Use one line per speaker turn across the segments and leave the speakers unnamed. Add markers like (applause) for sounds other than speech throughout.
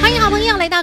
欢迎好朋友来到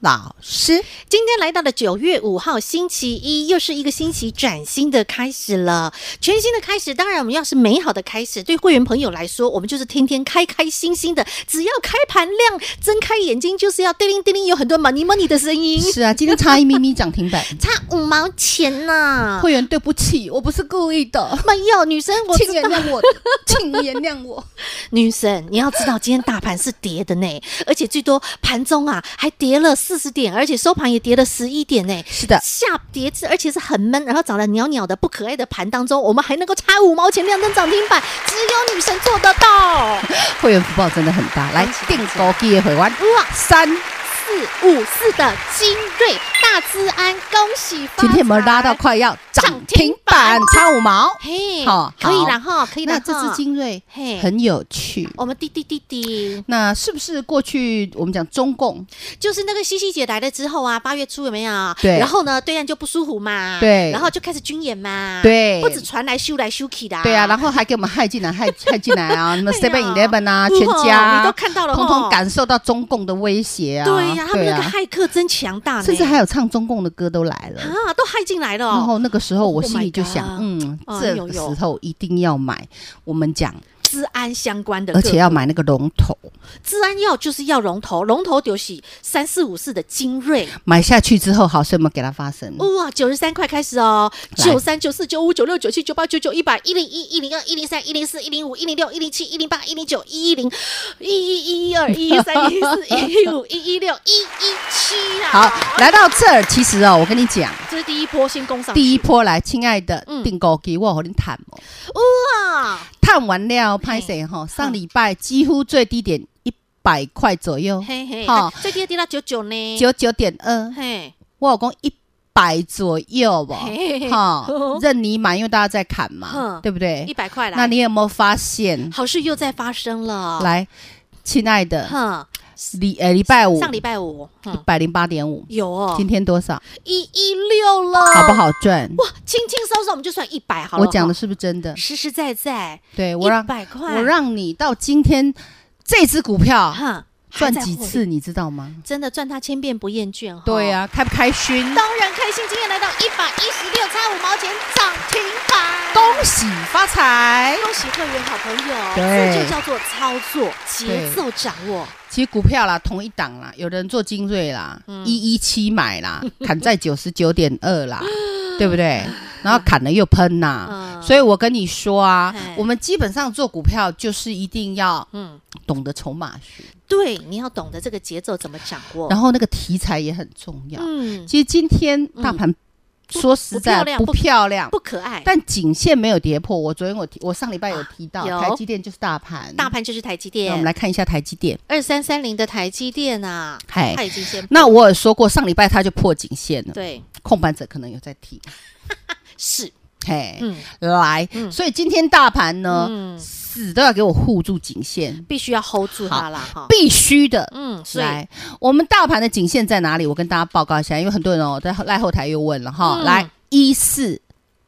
老师。
今天来到了九月五号星期一，又是一个星期崭新的开始了，全新的开始。当然，我们要是美好的开始，对会员朋友来说，我们就是天天开开心心的，只要开盘量，睁开眼睛就是要叮铃叮铃，有很多 money money 的声音，
是啊，今天差一咪咪涨停板，
差五毛钱呐、
会员对不起，我不是故意的，
没有女生，啊我知
请原谅我，请原谅我。
女神，你要知道今天大盘是跌的呢，而且最多盘中啊还跌了四十点，而且收盘也跌了十一点呢。
是的
下跌是而且是很闷，然后长得袅袅的不可爱的盘当中，我们还能够差五毛钱亮灯涨停板，只有女神做得到。
会员福报真的很大，来
恭喜
定高低也回完，
哇，
三，
四五四的精锐大资安，恭喜发财！
今天我们拉到快要涨停板，差五毛。
嘿，
好
可以
好
了哈，可以了
那
哈。哎
这只精锐
嘿
很有趣。
我们滴滴滴滴。
那是不是过去我们讲中共
就是那个西西姐来了之后啊，八月初有没有？
对
然后呢，对岸就不舒服嘛。
对
然后就开始军演嘛。
对
啊不止传来修来修去的、啊。
对啊，然后还给我们害进来，害害进来
(laughs)
啊！什么
对
Seven
啊
Eleven 啊，
嗯
全
吼
家啊
你都看到了吼哦
通通感受到中共的威胁啊！
对呀、他们那个
对啊
骇客真强大呢，
甚至还有唱中共的歌都来了。
啊，都害进来了
然
哦。
后那个时候，我
Oh my
心里就想
God，
嗯，
哎
这
呦
个
呦
时候一定要买。我们讲，
治安相关的个
而
股，
且要买那个龙头，
治安药就是要龙头，龙头就是三四五四的精锐。
买下去之后，好，所以我们给它发生。
哇，九十三块开始哦，
嗯来
九三、九四、九五、九六、九七、九八、九九、一百、一零一、一零二、一零三、一零四、一零五、一零六、一零七、一零八、一零九、一一零、一一一一二、一一三、一一
(laughs)
四、一一五、一一六、一一七啊！
好，来到这儿，其实哦，我跟你讲，
这是第一波先攻上去
第一波来，亲爱的
嗯
订购给我，和你谈哦。
哇，
探完了，拍谁
嗯
哈？上礼拜几乎最低点一百块左右，
嘿嘿，啊
好
最低的跌到九九呢，
九九点二，
嘿，
我有讲一百左右吧
嘿嘿，
哈
呵，
任你买，因为大家在砍嘛
嗯，
对不
一
对？
百块来，
那你有没有发现？
好事又在发生了，，
来，亲爱的，
哼，
礼呃礼拜五
上礼拜五，
一
哼，
百零八点五，
有哦
今，天多少？
一一六了，
好不？好赚？
哇，轻轻松松我们就算一百好了，
我讲的是不是真的？
实实在在，
对我
一
让
百块，
我让你到今天这只股票
哈
赚
还在
几
获利哦
次，你知道吗？
真的赚它千遍不厌倦。
对、呀，开不开心？
当然开心。今天来到一百一十六差五毛钱涨停板，
恭喜发财！
恭喜会员好朋友，
对
这就叫做操作节
对
奏掌握。
其实股票啦，同一档啦，有人做精锐啦，
嗯
一一七买
(laughs)
啦，砍在九十九点二啦，对不对？然后砍了又喷呐
嗯，
所以我跟你说啊
嘿，
我们基本上做股票就是一定要
嗯，
懂得筹码学，
对，你要懂得这个节奏怎么掌握。
然后那个题材也很重要。
嗯，
其实今天大盘说实在
不不漂亮
不漂亮，
不可爱。
但颈线没有跌破。我昨天我提，我上礼拜有提到，
啊有
台积电就是大盘。
大盘就是台积
那我们
电，
来看一下台积电，
二三三零的台积电啊，
嗨
它。已经先
那我有说过，上礼拜它就破颈线了，
对
控盘者可能有在提，
是，
嘿，
嗯，
来，
嗯
所以今天大盘呢，
嗯
死都要给我护住颈线，
必须要 hold 住它啦哈。
必须的。
嗯，所以
来，我们大盘的颈线在哪里？我跟大家报告一下，因为很多人哦在赖后台又问了哈，
嗯
来一四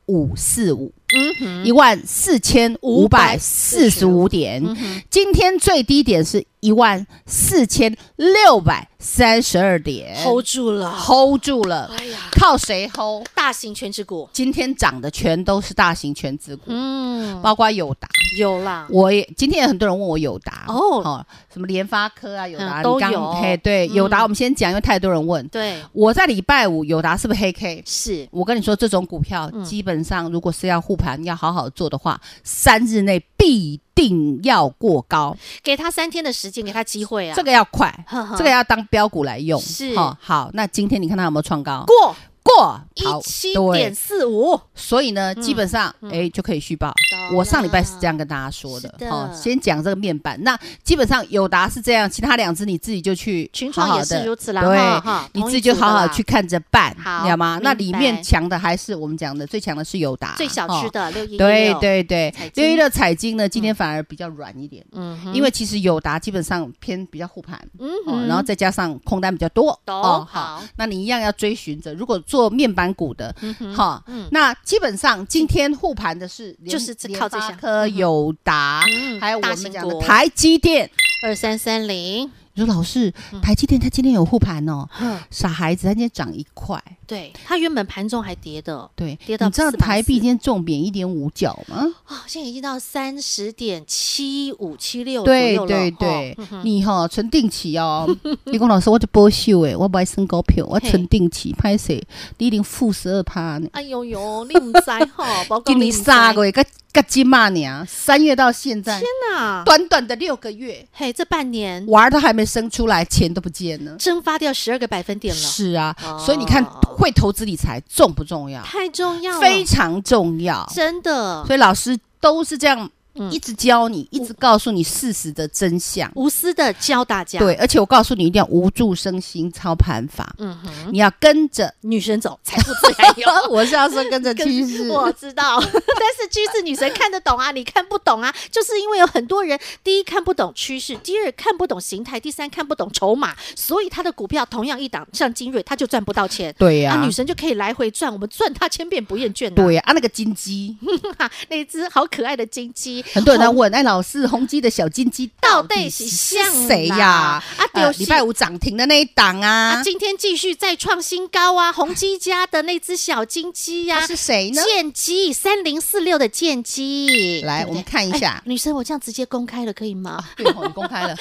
五四五
嗯哼，
一万四千五百四十五点，
嗯
今天最低点是一万四千六百三十二点
hold 住了。
hold 住了，
哎呀，
靠谁 hold？
大型全职股，
今天涨的全都是大型全资股，
嗯，
包括友达。
有啦，
我也今天有很多人问我友达
哦
什么联发科啊，友
嗯
达、你
都
刚
有
嘿，对，
嗯
友达我们先讲，因为太多人问。
对，
我在礼拜五友达是不是黑 K？
是
我跟你
嗯
说，这种股票基本上如果是要护盘，要好好做的话，三日内必定要过高，
给他三天的时间，给他机会啊。
这个要快
呵呵，
这个要当标股来用。
是
哦好，那今天你看它有没有创高？
过
过
一
好
七
对
点四五，
所以呢，基本上哎、诶就可以续报
嗯懂。
我上礼拜是
了
这样跟大家说的
是的
哦。先讲这个面板，那基本上友达是这样，其他两只你自己就去
群
好
创
好
也是
地
如此啦。哈哈
对，你
同
自
一
己就
组的
好好
啦
去看着办，
好
你知道吗？那里
明白
面强的还是我们讲的最强的是友达，
最小
哦
只的六一
对，对对
彩，晶
六一的彩金呢，今天反而比较软一点，
嗯哼，
因为其实友达基本上偏比较护盘，
嗯
哦，
哼，
然后再加上空单比较多，哦
懂
好
好，
那你一样要追寻着，如果做面板股的，好
嗯，
那基本上今天护盘的是联
就是只
联
靠这
发
项
科、
嗯哼
友达
嗯，
还有我
大
们
型
讲的
国
台积电。
二三三零，
你说老师，
嗯
台积电它今天有护盘哦，
哼
傻孩子，它今天涨一块。
对，它原本盘中还跌的
对，
跌到
你知道
440
台币今天重贬一点五角吗？
啊，现在已经到三十点七五七六左
对
右了。
对
哦
对，你哈、存定期哦。 (laughs) 你讲老师，我就保守诶，我不爱升高票，我
嘿
存定期拍谁？你零负十二趴呢？
哎呦呦，你唔知哈，包括
今
你
年三个月，个个金嘛呢？三月到现在，
呐，
短短的六个月，
嘿，这半年
娃儿都还没生出来，钱都不见了。
蒸发掉十二个百分点了，
是啊，
哦
所以你看，会投资理财重不重要？
太重要了，
啊非常重要。
真的
所以老师都是这样
嗯
一直教你，一直告诉你事实的真相。
无私的教大家。，
对，而且我告诉你，一定要无助生心操盘法，
嗯哼，
你要跟着。
女神走，财富自然有。
(laughs) 我是要说跟着
跟
趋势。
我知道， (laughs) 但是趋势女神看得懂啊，你看不懂啊，就是因为有很多人，第一看不懂趋势，第二看不懂形态，第三看不懂筹码，所以他的股票同样一档，像精锐，他就赚不到钱。
对呀、
啊，女神就可以来回转，我们赚她千遍不厌倦、啊。
对呀、啊，那个金鸡，
哈， (laughs) 那只好可爱的金鸡，
很多人在问，哎，老师，红鸡的小金鸡
到
到
底
底
是
是
像
谁呀、
啦啊
呃
就是
礼拜五涨停的那一档啊
啊，，今天继续再创新高啊！宏基家的那只小金鸡呀、
他是谁呢？
剑鸡三零四六的剑鸡，
来，
对不对
我们看一下。
女生，我这样直接公开了可以吗？ (laughs)
对吼，你公开了，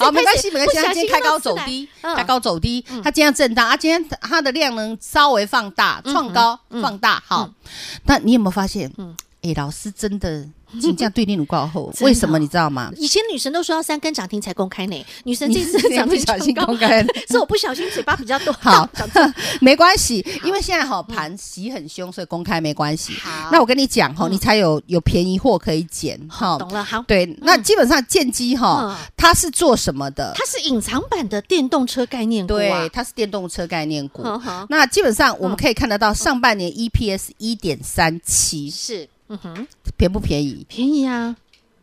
好，没关系，没关系。
不小
它
心
今天开高
弄出
走
来
低，
嗯，
开高走低，它今天震荡，啊，今天它的量能稍微放大，创高放大。好，那你有没有发现？哎，老师真的金价对你有挂后
的哦
为什么你知道吗？
以前女神都说要三根涨停才公开呢，女神这
你
次
是
涨
不
停
小心
创高
公开了，
(laughs) 是我不小心嘴巴比较多。
好
(laughs) 讲错了，
(laughs) 没关系，因为现在哈盘洗很凶，所以公开没关系。
好，
那我跟你讲哈，你才有有便宜货可以捡哈。
懂了。好，
对，那基本上剑机哈
嗯，
它是做什么的？
它是隐藏版的电动车概念股啊嗯
对，。它是电动车概念股。
呵呵
那基本上
嗯
我们可以看得到，上半年 EPS 一点三七，
是，嗯哼，
便不便宜？
便宜啊，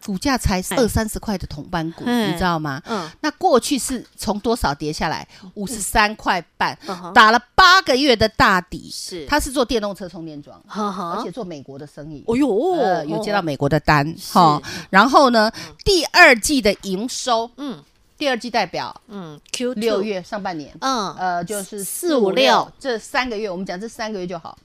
股价才
哎
二三十块的同伴股，
哎
你知道吗？
嗯
那过去是从多少跌下来？五十三块半，
嗯哼，
打了八个月的大底。
是，
它是做电动车充电桩，
呵呵
而且做美国的生意。
啊哦呦，
呃，有接到
哦，
美国的单哈，然后呢，第二季的营收，
嗯
第二季代表
嗯，Q
六，月上半年，
嗯
呃，就是
四五六
这三个月，我们讲这三个月就好。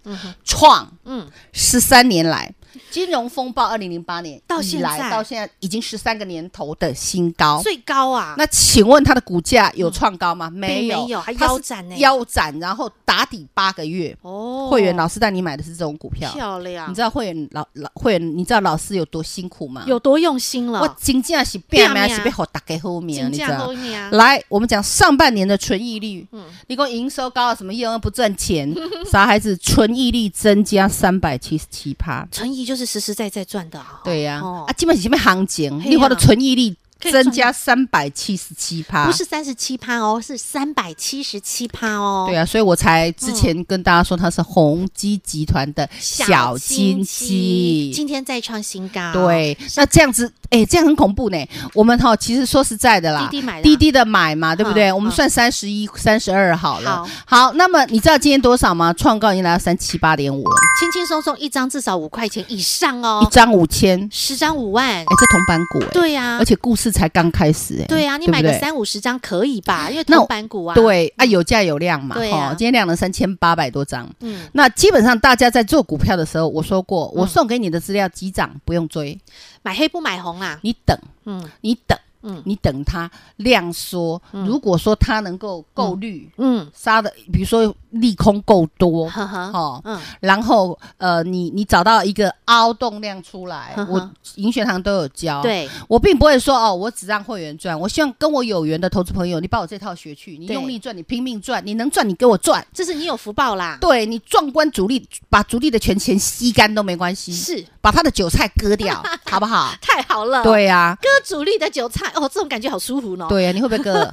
创
嗯，
十三年来金融风暴，二零零八年
到
以
现
来
在
到现在已经十三个年头的新高。
最高啊，
那请问它的股价有创高吗？没
嗯
有，
没有还
它是
腰斩呢
腰斩，然后打底八个月。
哦，
会员老师带你买的是这种股票，
漂亮，
你知道会员老老会员，你知道老师有多辛苦吗？
有多用心了，
我真正是变
拼命
命啊是被好打给后面，你知道
后。面啊，嗯
来，我们讲上半年的纯益率，你讲营收高，啊什么业务不赚钱， (laughs) 傻孩子，纯益率增加三百七十七趴，
存疑就是实实在在赚的啊，
对呀、啊
哦，
基本上是咩行情，
嘿呀
你话的纯益率
可以赚
增加三百七十七趴，
不是三十七趴哦，是三百七十七趴哦，嗯
对啊，所以我才之前跟大家说它是宏基集团的小金鸡。
今天再创新高，，
对，那这样子，哎、这样很恐怖呢。我们哈，其实说实在的啦，
滴滴买的啊
滴滴的买嘛，对不对？
嗯
我
嗯
们算三十一、三十二好了
好。
好，那么你知道今天多少吗？创高已经来到三七八点五了，
轻轻松松一张至少五块钱以上
一
哦，
张五千，哎、
十张五万，
这铜板股、哎、
对呀
而，且故事才刚开始、哎，
对呀，你
不
买个
对
三五十张可以吧？因为
那
铜
我
板股啊，，
对啊，有价有量嘛，
对啊
齁今天量了三千八百多张。
嗯，
那基本上大家在做股票的时候，我说过，我送给你的资料急涨不用追，
买黑不买红啊，
你等，
嗯，
你等，
嗯
你等它量缩。如果说它能够够绿，
嗯，
杀的，比如说利空够多，
呵呵，
哦，
嗯
然后呃，你你找到一个凹洞量出来
呵，呵
我银学堂都有教。，
对，
我并不会说哦，我只让会员赚，我希望跟我有缘的投资朋友，你把我这套学去，你
对
用力赚，你拼命赚，你能赚你给我赚，
这是你有福报啦，
对你壮观主力，把主力的权钱吸干都没关系，
是
把他的韭菜割
(laughs)
掉，好不好？
太好了，，
对呀、
割主力的韭菜，哦，这种感觉好舒服呢。
对呀、你会不会割？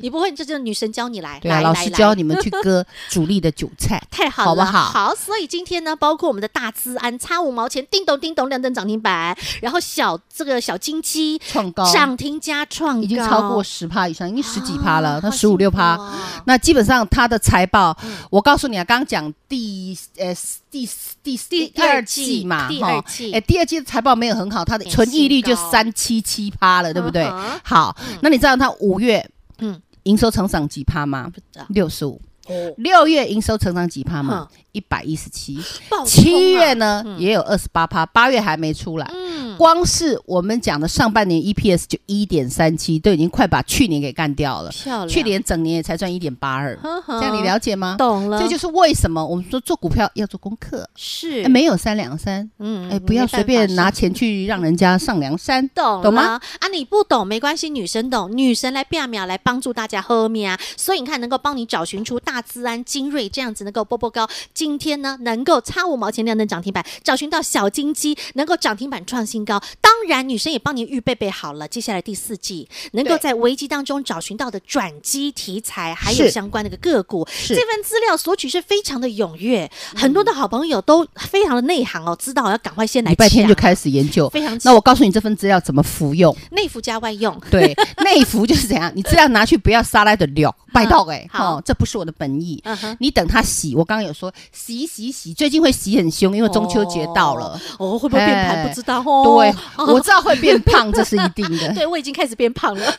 你不会，这就是女神教你来，
对啊，
来
老
来
师
来。
教你们去割主力的韭菜
太好了，
好不好
所以今天呢，包括我们的大资安差五毛钱，叮咚叮咚亮灯涨停板，然后小这个小金鸡 (laughs)
创高
涨停加创高，
已经超过十趴以上，已经十几趴了，
啊嗯
那十五六趴。，
好幸福哦
那基本上它的财报，我告诉你啊，刚刚讲第呃第
第
第第
第二季
嘛，
第
哈
二季
哎，第二季的财报没有很好，它的
哎
纯益率就
新高
三七七趴了，对不对
嗯哼？
好，那你知道它五月
嗯
嗯营收成长几趴吗
不？知道
六十五。
哦，
六月营收成长几趴吗？一百一十七。
爆冲啊
七月呢也有二十八趴，八月还没出来。
嗯
光是我们讲的上半年 EPS 就一点三七，都已经快把去年给干掉了。
漂亮，
去年整年也才赚一点八二，
这
这样你了解吗？
懂了，
这就是为什么我们说做股票要做功课，
是
哎没有三两三，
嗯
哎，不要随便拿。钱去让人家上梁山。
懂了
懂吗？
啊，你不懂没关系，女神懂，女神来变秒来帮助大家喝面啊。所以你看，能够帮你找寻出大自安精锐这样子，能够波波高。今天呢，能够差五毛钱量能涨停板，找寻到小金鸡，能够涨停板创新高。当然，女神也帮您预备备好了，接下来第四季能够
对
在危机当中找寻到的转机题材，还有
是
相关的一个个股，
是嗯
这份资料索取是非常的踊跃，很多的好朋友都非常的内行哦，知道要赶快先来
礼拜天
抢
就开始研究，
非常
那我告诉你这份资料怎么
(laughs)
服用。
内服加外用。
对，内服就是怎样，你资料拿去不要撒来的料，拜托哎，
嗯好
哦，这不是我的本意。
嗯哼
你等它洗，我刚刚有说洗一洗一洗，最近会洗很凶，因为中秋节到了。
哦，会不会变盘
哎
不知道哦。
对，
哦
我知道会变胖，这是一定的，
(laughs) 对我已经开始变胖
(laughs)
了，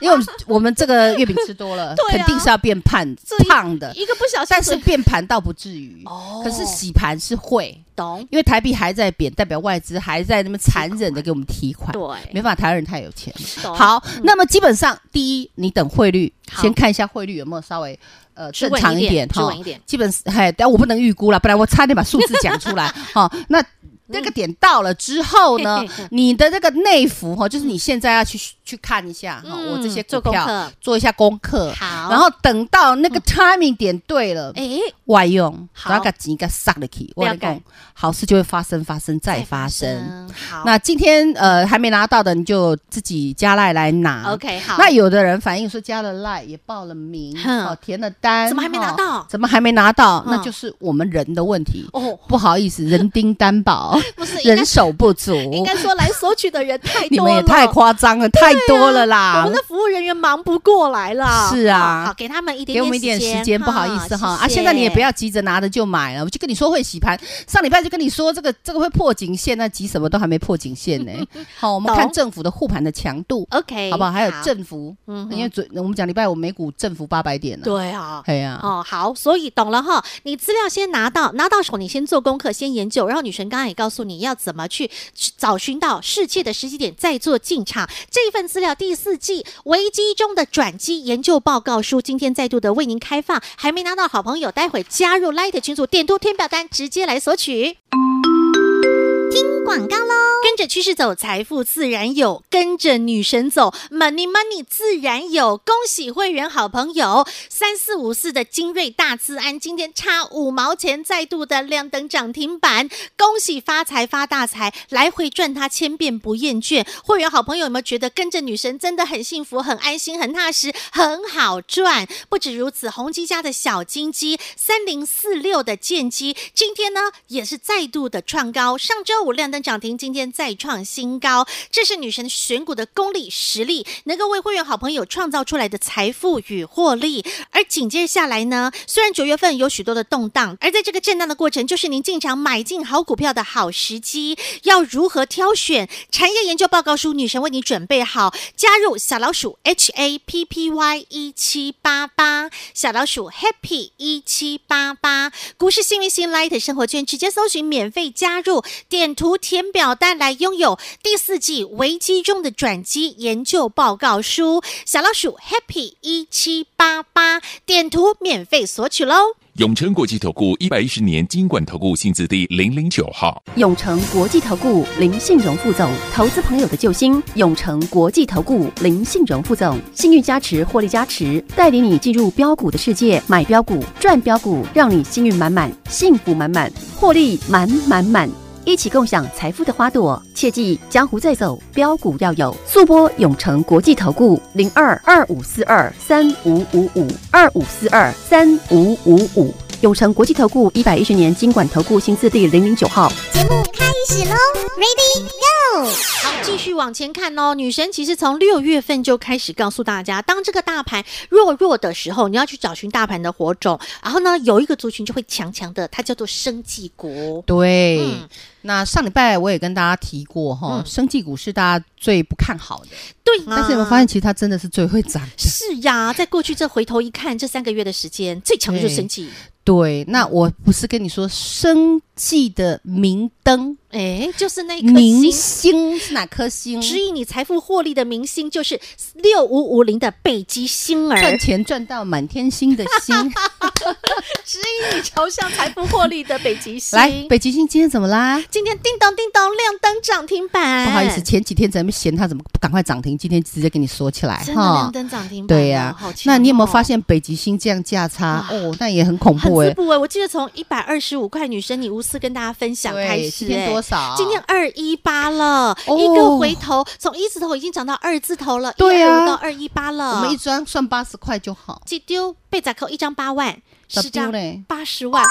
因为我们我们这个月饼吃多了，
对啊
肯定是要变胖
这一
胖的，
一个啊不小心
但是变盘倒不至于，
哦
可是洗盘是会，
懂
因为台币还在贬，代表外资还在那么残忍的给我们提款，
对，
哎没办法，台湾人太有钱了。
懂
好，那么基本上第一，你等汇率，
嗯好
先看一下汇率有没有稍微呃
吃
正
稳
常
一
一
点
点
吃稳一点
基本是哎，但我不能预估了，不然我差点把数字讲出来哈。那那个点到了之后呢
嘿嘿嘿，
你的这个内服哈，就是你现在要去去看一下哈，我这些
嗯做
股
功
票
课
做一下功课，
好，嗯
然后等到那个 timing 点对了，
哎，
外用，
好
把个钱给塞了去，我
了
跟
解
你讲，好事就会发生，发生再发生。
好，
那今天呃还没拿到的，你就自己加赖来拿。
OK 好，
那有的人反映说加了赖也报了名，
哼
哦填了单，
怎么还没拿
哦
到
怎么还没拿到？
嗯
那就是我们人的问题。
哦
不好意思，人丁担保，
不是 (laughs) 应该
人手不
应
足。
该说来索取的人太
(laughs) 你
多
们也
了，啊
太夸张了，太多了
我
啦
们！的服务人员忙不过来了，
是啊
好好给他们一点，
给我们一点时间，不好意思哈啊！现在你也不要急着拿着就买了，我就跟你说会洗盘。上礼拜就跟你说这个这个会破颈线，那急什么都还没破颈线
(laughs)
呢。好，我们
懂
看政府的护盘的强度，
，OK，
好不好？还有，振幅，
嗯哼
因为昨我们讲礼拜五美股振幅八百点了，
对啊，
哎呀，
哦，好，所以懂了哈。你资料先拿到，拿到手你先做功课，先研究。然后女神刚刚也告诉你要怎么去找寻到世界的时机点，再做进场。这份资料第四季危机中的转机研究报告书，今天再度的为您开放。还没拿到好朋友，待会加入 Light 群组，点图填表单，直接来索取。广告喽，跟着趋势走，财富自然有；跟着女神走，money money 自然有。恭喜会员好朋友，三四五四的精锐大自安今天差五毛钱再度的亮灯涨停板，恭喜发财发大财，来回赚它千遍不厌倦。会员好朋友有没有觉得跟着女神真的很幸福、很安心、很踏实、很好赚？不止如此，宏基家的小金鸡三零四六的剑鸡，今天呢也是再度的创高，上周五亮灯涨停，今天再创新高，这是女神选股的功力实力，能够为会员好朋友创造出来的财富与获利。而紧接着下来呢，虽然九月份有许多的动荡，而在这个震荡的过程，就是您进场买进好股票的好时机。要如何挑选？产业研究报告书，女神为你准备好。加入小老鼠 H A P P Y 一七八八，小老鼠 Happy 一七八八，股市幸运星 Light 生活圈直接搜寻免费加入，点选图填表单来拥有第四季危机中的转机研究报告书。小老鼠 Happy 一七八八点图免费索取喽。
永诚国际投顾一百一十年金管投顾新字第零零九号，
永诚国际投顾林信荣副总，投资朋友的救星。永诚国际投顾林信荣副总，信誉加持，获利加持，带领你进入标股的世界，买标股，赚标股，让你幸运满满，幸福满满，获利满满满。一起共享财富的花朵，切记江湖再走，标股要有。速播永诚国际投顾零二二五四二三五五五二五四二三五五五。永诚国际投顾一百一十年经管投顾新字第零零九号。
好，继续往前看哦。女神其实从六月份就开始告诉大家，当这个大盘弱弱的时候，你要去找寻大盘的火种。然后呢，有一个族群就会强强的，它叫做生技股。
对，
嗯
那上礼拜我也跟大家提过哈，
嗯
生技股是大家最不看好的，
对啊，
但是有没有发现，其实它真的是最会涨的？
是呀，在过去这回头一看，这三个月的时间，最强的就是生技。
对，
嗯
那我不是跟你说生技的明灯
哎，就是那一颗
明
星。
星是哪颗星？
指引你财富获利的明星就是六五五零的北极星儿，
赚钱赚到满天星的
(laughs)
星，
指引你朝向财富获利的北极星。
来，北极星今天怎么啦？
今天叮咚叮咚亮灯涨停板，
不好意思，前几天咱们嫌它怎么不赶快涨停，今天直接给你锁起来
真的亮灯涨停板了，
对呀、
好强
那你有没有
哦
发？现北极星这样价差
哇？
哦，那也很恐
很
怖哎、
滋补哎！我记得从一百二十五块女生，你无私跟大家分享开始、
对，今天多
哎？
少？
今天二一八了，
哦
一个回头，从一字头已经涨到二字头了，
对呀
125到二一八了。
我们一张算八十块就好。
记丢被宰扣一张八万，
咋
十张
丢嘞
八十
(gasps)
万，哦，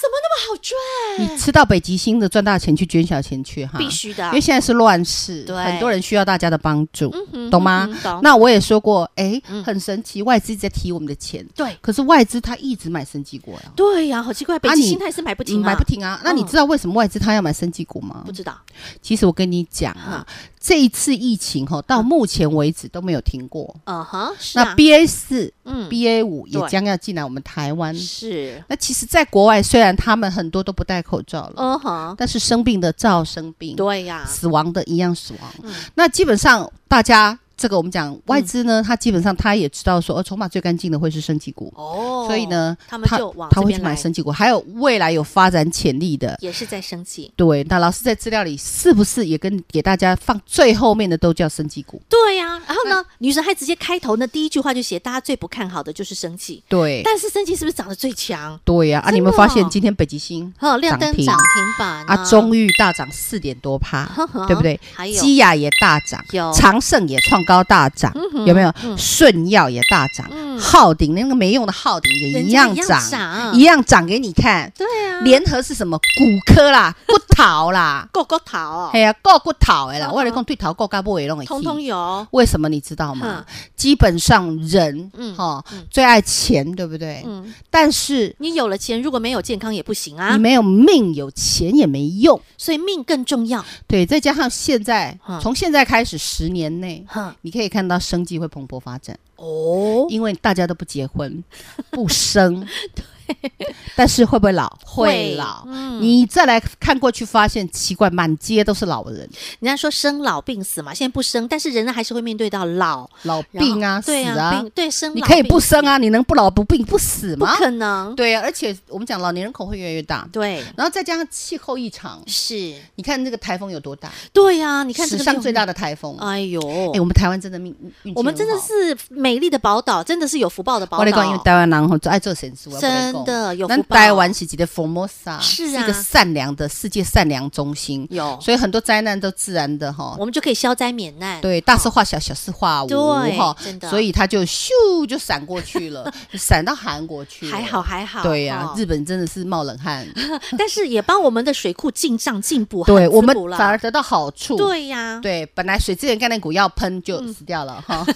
怎么那么好赚？
你吃到北极星的赚大钱去捐小钱去哈，
必须的
因为现在是乱世，
对
很多人需要大家的帮助，
哼
懂吗
嗯哼懂？
那我也说过，哎
嗯，
很神奇，外资一直在提我们的钱，
对
可是外资他一直买生技股呀，
对呀、好奇怪，北
啊
极
你
星态是买不停、啊，
买不，停啊。那你
嗯
知道为什么外资他要买生技股吗
不？知嗯道
其实我跟你讲啊，这一次疫情哈，到目前为止都没有停过。
嗯哼，是啊
那 BA 四、
嗯
BA 五也
对
将要进来我们台湾。
是，
那其实，在国外虽然他们很多都不戴口罩了，
嗯哼，
但是生病的照生病，
对啊嗯呀、
死亡的一样死亡。那基本上大家这个我们讲外资
嗯
呢，它基本上它也知道说，哦，筹码最干净的会是生技股，
哦，
所以呢，
他们
它
就往
它
这
会
边
去买
来
生技股，还有未来有发展潜力的。
也是在生气。
对，那老师在资料里是不是也跟给大家放最后面的都叫生技股？
对呀、然后呢，女神还直接开头呢，第一句话就写大家最不看好的就是生气，
对，
但是生气是不是涨得最强？
对呀、啊，
真
你有没有
的
发
哦
现今天北极星
呵，亮灯
涨
涨
停
停板
啊，终于大涨四点多趴，
呵呵
对不对？
啊还有
基亚也大涨
有，
长盛也创高大涨，
嗯
有没有？顺药也大涨，浩鼎那个没用的浩鼎也
人
一
家
样
一样
涨，
涨
一样涨给你看。
对啊，
联合是什么？骨
(laughs)，
科啦，骨头啦
狗狗桃
哎，呀，够骨头的啦，
嗯
我跟你讲对头够嘎不会弄
哦通通有，
为什么你知道吗？基本上人
嗯
哈最爱钱，对不对？
嗯，
但是
你有了钱，如果没有健康也不行啊
你，没有命，有钱也没用。
所以命更重要。
对，再加上现在
嗯，
从现在开始十年内，
哼，
你可以看到生计会蓬勃发展，
哦，
因为大家都不结婚、 (laughs) 不生，但是会不会老？会老。
嗯
你再来看过去，发现奇怪，满街都是老人、
人家说生老病死嘛，现在不生，但是人呢还是会面对到老然
老
后
病啊、死
对
啊
病，对生，
你可以不生，啊，你能不老不病不死
不
吗？
可能，
对啊，而且我们讲老年人口会越来越大，
对，
然后再加上气候异常，
是，
你看这个台风有多大？
对呀，你看这
史
个
上
六
最大的台风，
哎呦，
哎、我们台湾真的命运气
我们
很
真的
好
是美丽的宝岛，真的是有福报的宝
我跟你讲，因为
岛。
台湾人吼爱做神事，我跟你
真
讲
的有福
咱
报。
台湾是一个 Formosa，
是啊哦
一个善良的世界善良中心，
有，
所以很多灾难都自然的哈
我。们就可以消灾免难。
对，大事化小，小事化无
对
哈
真的，
所以它就咻就闪过
(laughs)
去了，闪到韩国去了
还好。还好。
对呀
哦，
日本真的是冒冷
(laughs)
汗，
但是也帮我们的水库进账进补，
对
很
我们
滋补了
反而得到好处。
对啊嗯呀，
对，本来水资源概念股要喷就死掉了哈，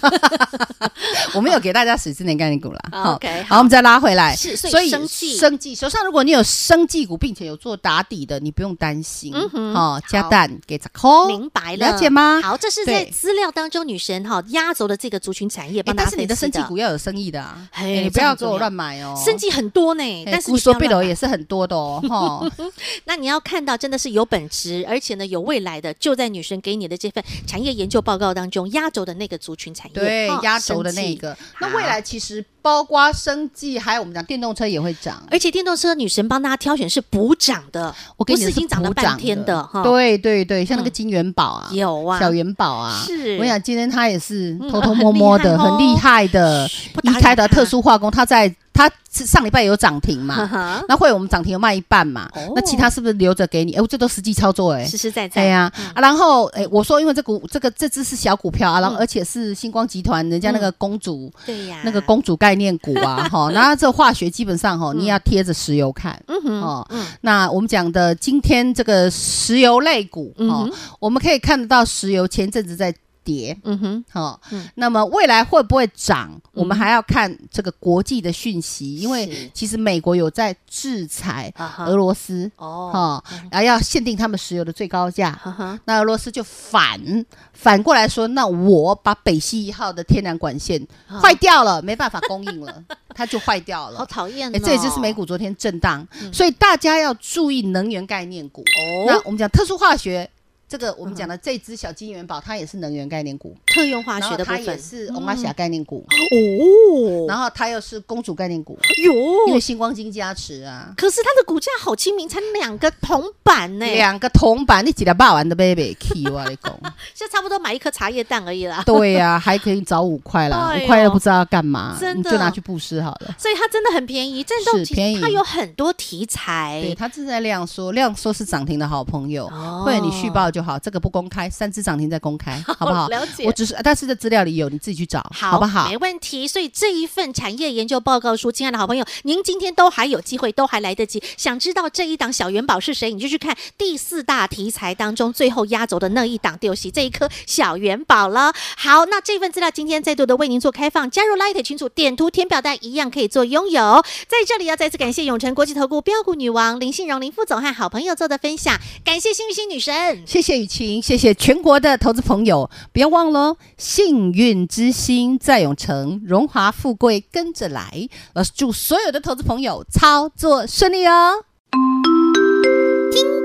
(laughs) 我们有给大家水资源概念股啦。
啊
哈
OK，
好，我们再拉回来。
是所以生计
生计手上如果你有生技股，并且有做打底的，你不用担心。
嗯哼
哦，加
好
蛋给砸扣，
明白了，
哦了解吗
好，这是在
对
资料当中女神哈压轴的这个族群产业，
诶
帮大
但
家
是你的
分
生
析
技股要有生意的啊，
嘿
诶你不
这很
要给
重要
我乱买哦。
生技很多呢，
诶
但是
股
你
哎说
不要
必楼
乱
也是很多
(laughs)
的哦，哈，
那你要看到真的是有本质，而且呢有未来的，就在女神给你的这份产业研究报告当中，压轴的那个族群产业，
对
哦，
压轴的那一。
生技
个。那未来其实包括生技，还有我们讲电动车也会涨。
而且电动车女神帮大家挑选是补涨的，
我给
不
你
是
的
已经涨了
普
半天的哈
对对对，像那个
嗯
金元宝啊，
有啊
小元宝啊，
是
我想今天他也是
嗯
偷偷摸摸的，
很厉害哦
很厉害的
嘘不，打啊
一
扰
开的
他
特殊化工，他在他上礼拜有涨停
哈
嘛，
哈，
那会我们涨停有卖一半嘛
哦，
那其他是不是留着给你？哎，我这都实际操作哎。
实实在在。
哎呀、啊，然后哎，我说因为这股这个这只是小股票啊，然后
嗯啊
而且是星光集团人家那个公主、
对呀，
那个，公主概念股
(laughs)
啊，哈，那这化学基本上哈，
嗯
你要贴着石油看，
嗯哼，
哦
嗯
那我们讲的今天这个石油类股
嗯
哦
哼，
我们可以看得到石油前阵子在跌。
嗯哼，
哦
嗯，
那么未来会不会涨？我
嗯
们还要看这个国际的讯息，
是
因为其实美国有在制裁
啊哈
俄，罗斯，
哦，
哈，然后要限定他们石油的最高价。
哈哈，
那俄罗斯就反反过来说，那我把北溪一号的天然管线
啊
坏掉了，没办法供应了， (laughs) 它就坏掉了
好。讨厌
哎，
哦，嗯
这也就是美股昨天震荡，所以大家要注意能源概念股。那
哦，嗯
我们讲特殊化学，这个我们讲的这只小金元宝，它也是能源概念股，
特用化
然
学
后
的部
它也
分
是欧玛霞概念股，
哦，
然后它又是公主概念股，因
哟
为，星光金加持啊，
可是它的股价好亲民，才两个铜板呢，
两个铜板，你几条霸完的 baby key 我来
(laughs)
讲，
现在差不多买一颗茶叶蛋而已啦。
对呀，还可以找五块啦，
哎呦
五块又不知道要干嘛，
真
你
的
就拿去布施好了。
所以它真的很便宜，战斗
是
题
便宜
它有很多题
对，
材。
它正在量缩，量缩是涨停的好朋友，
哦
或者你续报就好，这个不公开，三只涨停再公开，好不
(laughs)
好？
哦了解
我只是，但是这资料里有，你自己去找，
好，
不好
没？问题。所以这一份产业研究报告书，亲爱的好朋友，您今天都还有机会，都还来得及。想知道这一档小元宝是谁，你就去看第四大题材当中最后压轴的那一档丢席这一颗小元宝了。好，那这份资料今天再度的为您做开放，加入 Light 群组，点图填表单一样可以做拥有。在这里要再次感谢永诚国际投顾标股女王林信荣林副总和好朋友做的分享，感谢幸运星女神。
谢谢雨晴，谢谢全国的投资朋友，不要忘了哦，幸运之星在永城，荣华富贵跟着来。老师祝所有的投资朋友操作顺利哦。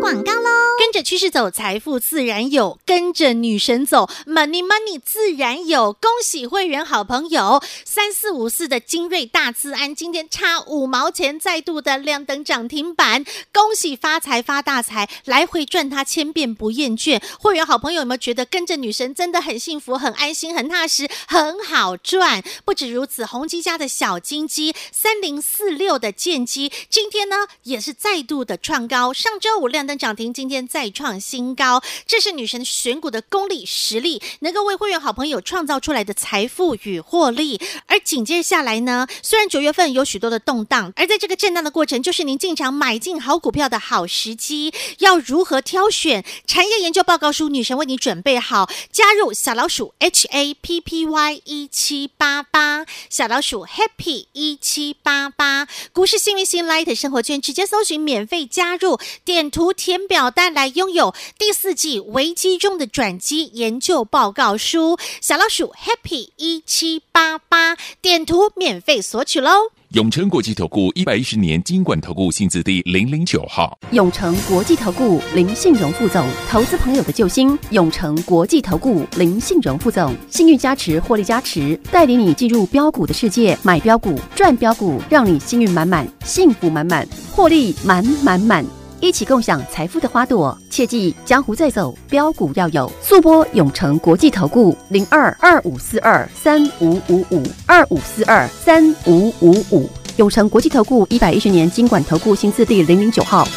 广告喽！跟着趋势走，财富自然有；跟着女神走，Money Money 自然有。恭喜会员好朋友，三四五四的精锐大自安今天差五毛钱再度的亮灯涨停板，恭喜发财发大财，来回赚它千遍不厌倦。会员好朋友有没有觉得跟着女神真的很幸福、很安心、很踏实、很好赚？不止如此，宏基家的小金鸡三零四六的剑鸡，今天呢也是再度的创高，上周五亮灯涨停，今天再创新高，这是女神选股的功力实力，能够为会员好朋友创造出来的财富与获利。而紧接着下来呢，虽然九月份有许多的动荡，而在这个震荡的过程，就是您进场买进好股票的好时机。要如何挑选？产业研究报告书，女神为你准备好，加入小老鼠 H A P P Y 一七八八，小老鼠 Happy 一七八八，股市幸运星 Light 生活圈直接搜寻免费加入，点图填表单来拥有第四季危机中的转机研究报告书，小老鼠 Happy 一七八八，点图免费索取喽。
永诚国际投顾一百一十年金管投顾性质第零零九号。
永诚国际投顾林信荣副总，投资朋友的救星。永诚国际投顾林信荣副总，幸运加持，获利加持，带领你进入标股的世界，买标股，赚标股，让你幸运满满，幸福满满，获利满满满。一起共享财富的花朵，切记江湖再走，标股要有。速播永诚国际投顾零二二五四二三五五五二五四二三五五五。永诚国际投顾一百一十年经管投顾新字第零零九号。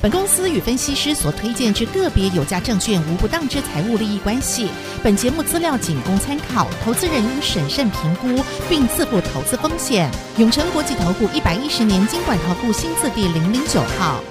本公司与分析师所推荐之个别有价证券无不当之财务利益关系。本节目资料仅供参考，投资人应审慎评估并自负投资风险。永诚国际投顾一百一十年经管投顾新字第零零九号。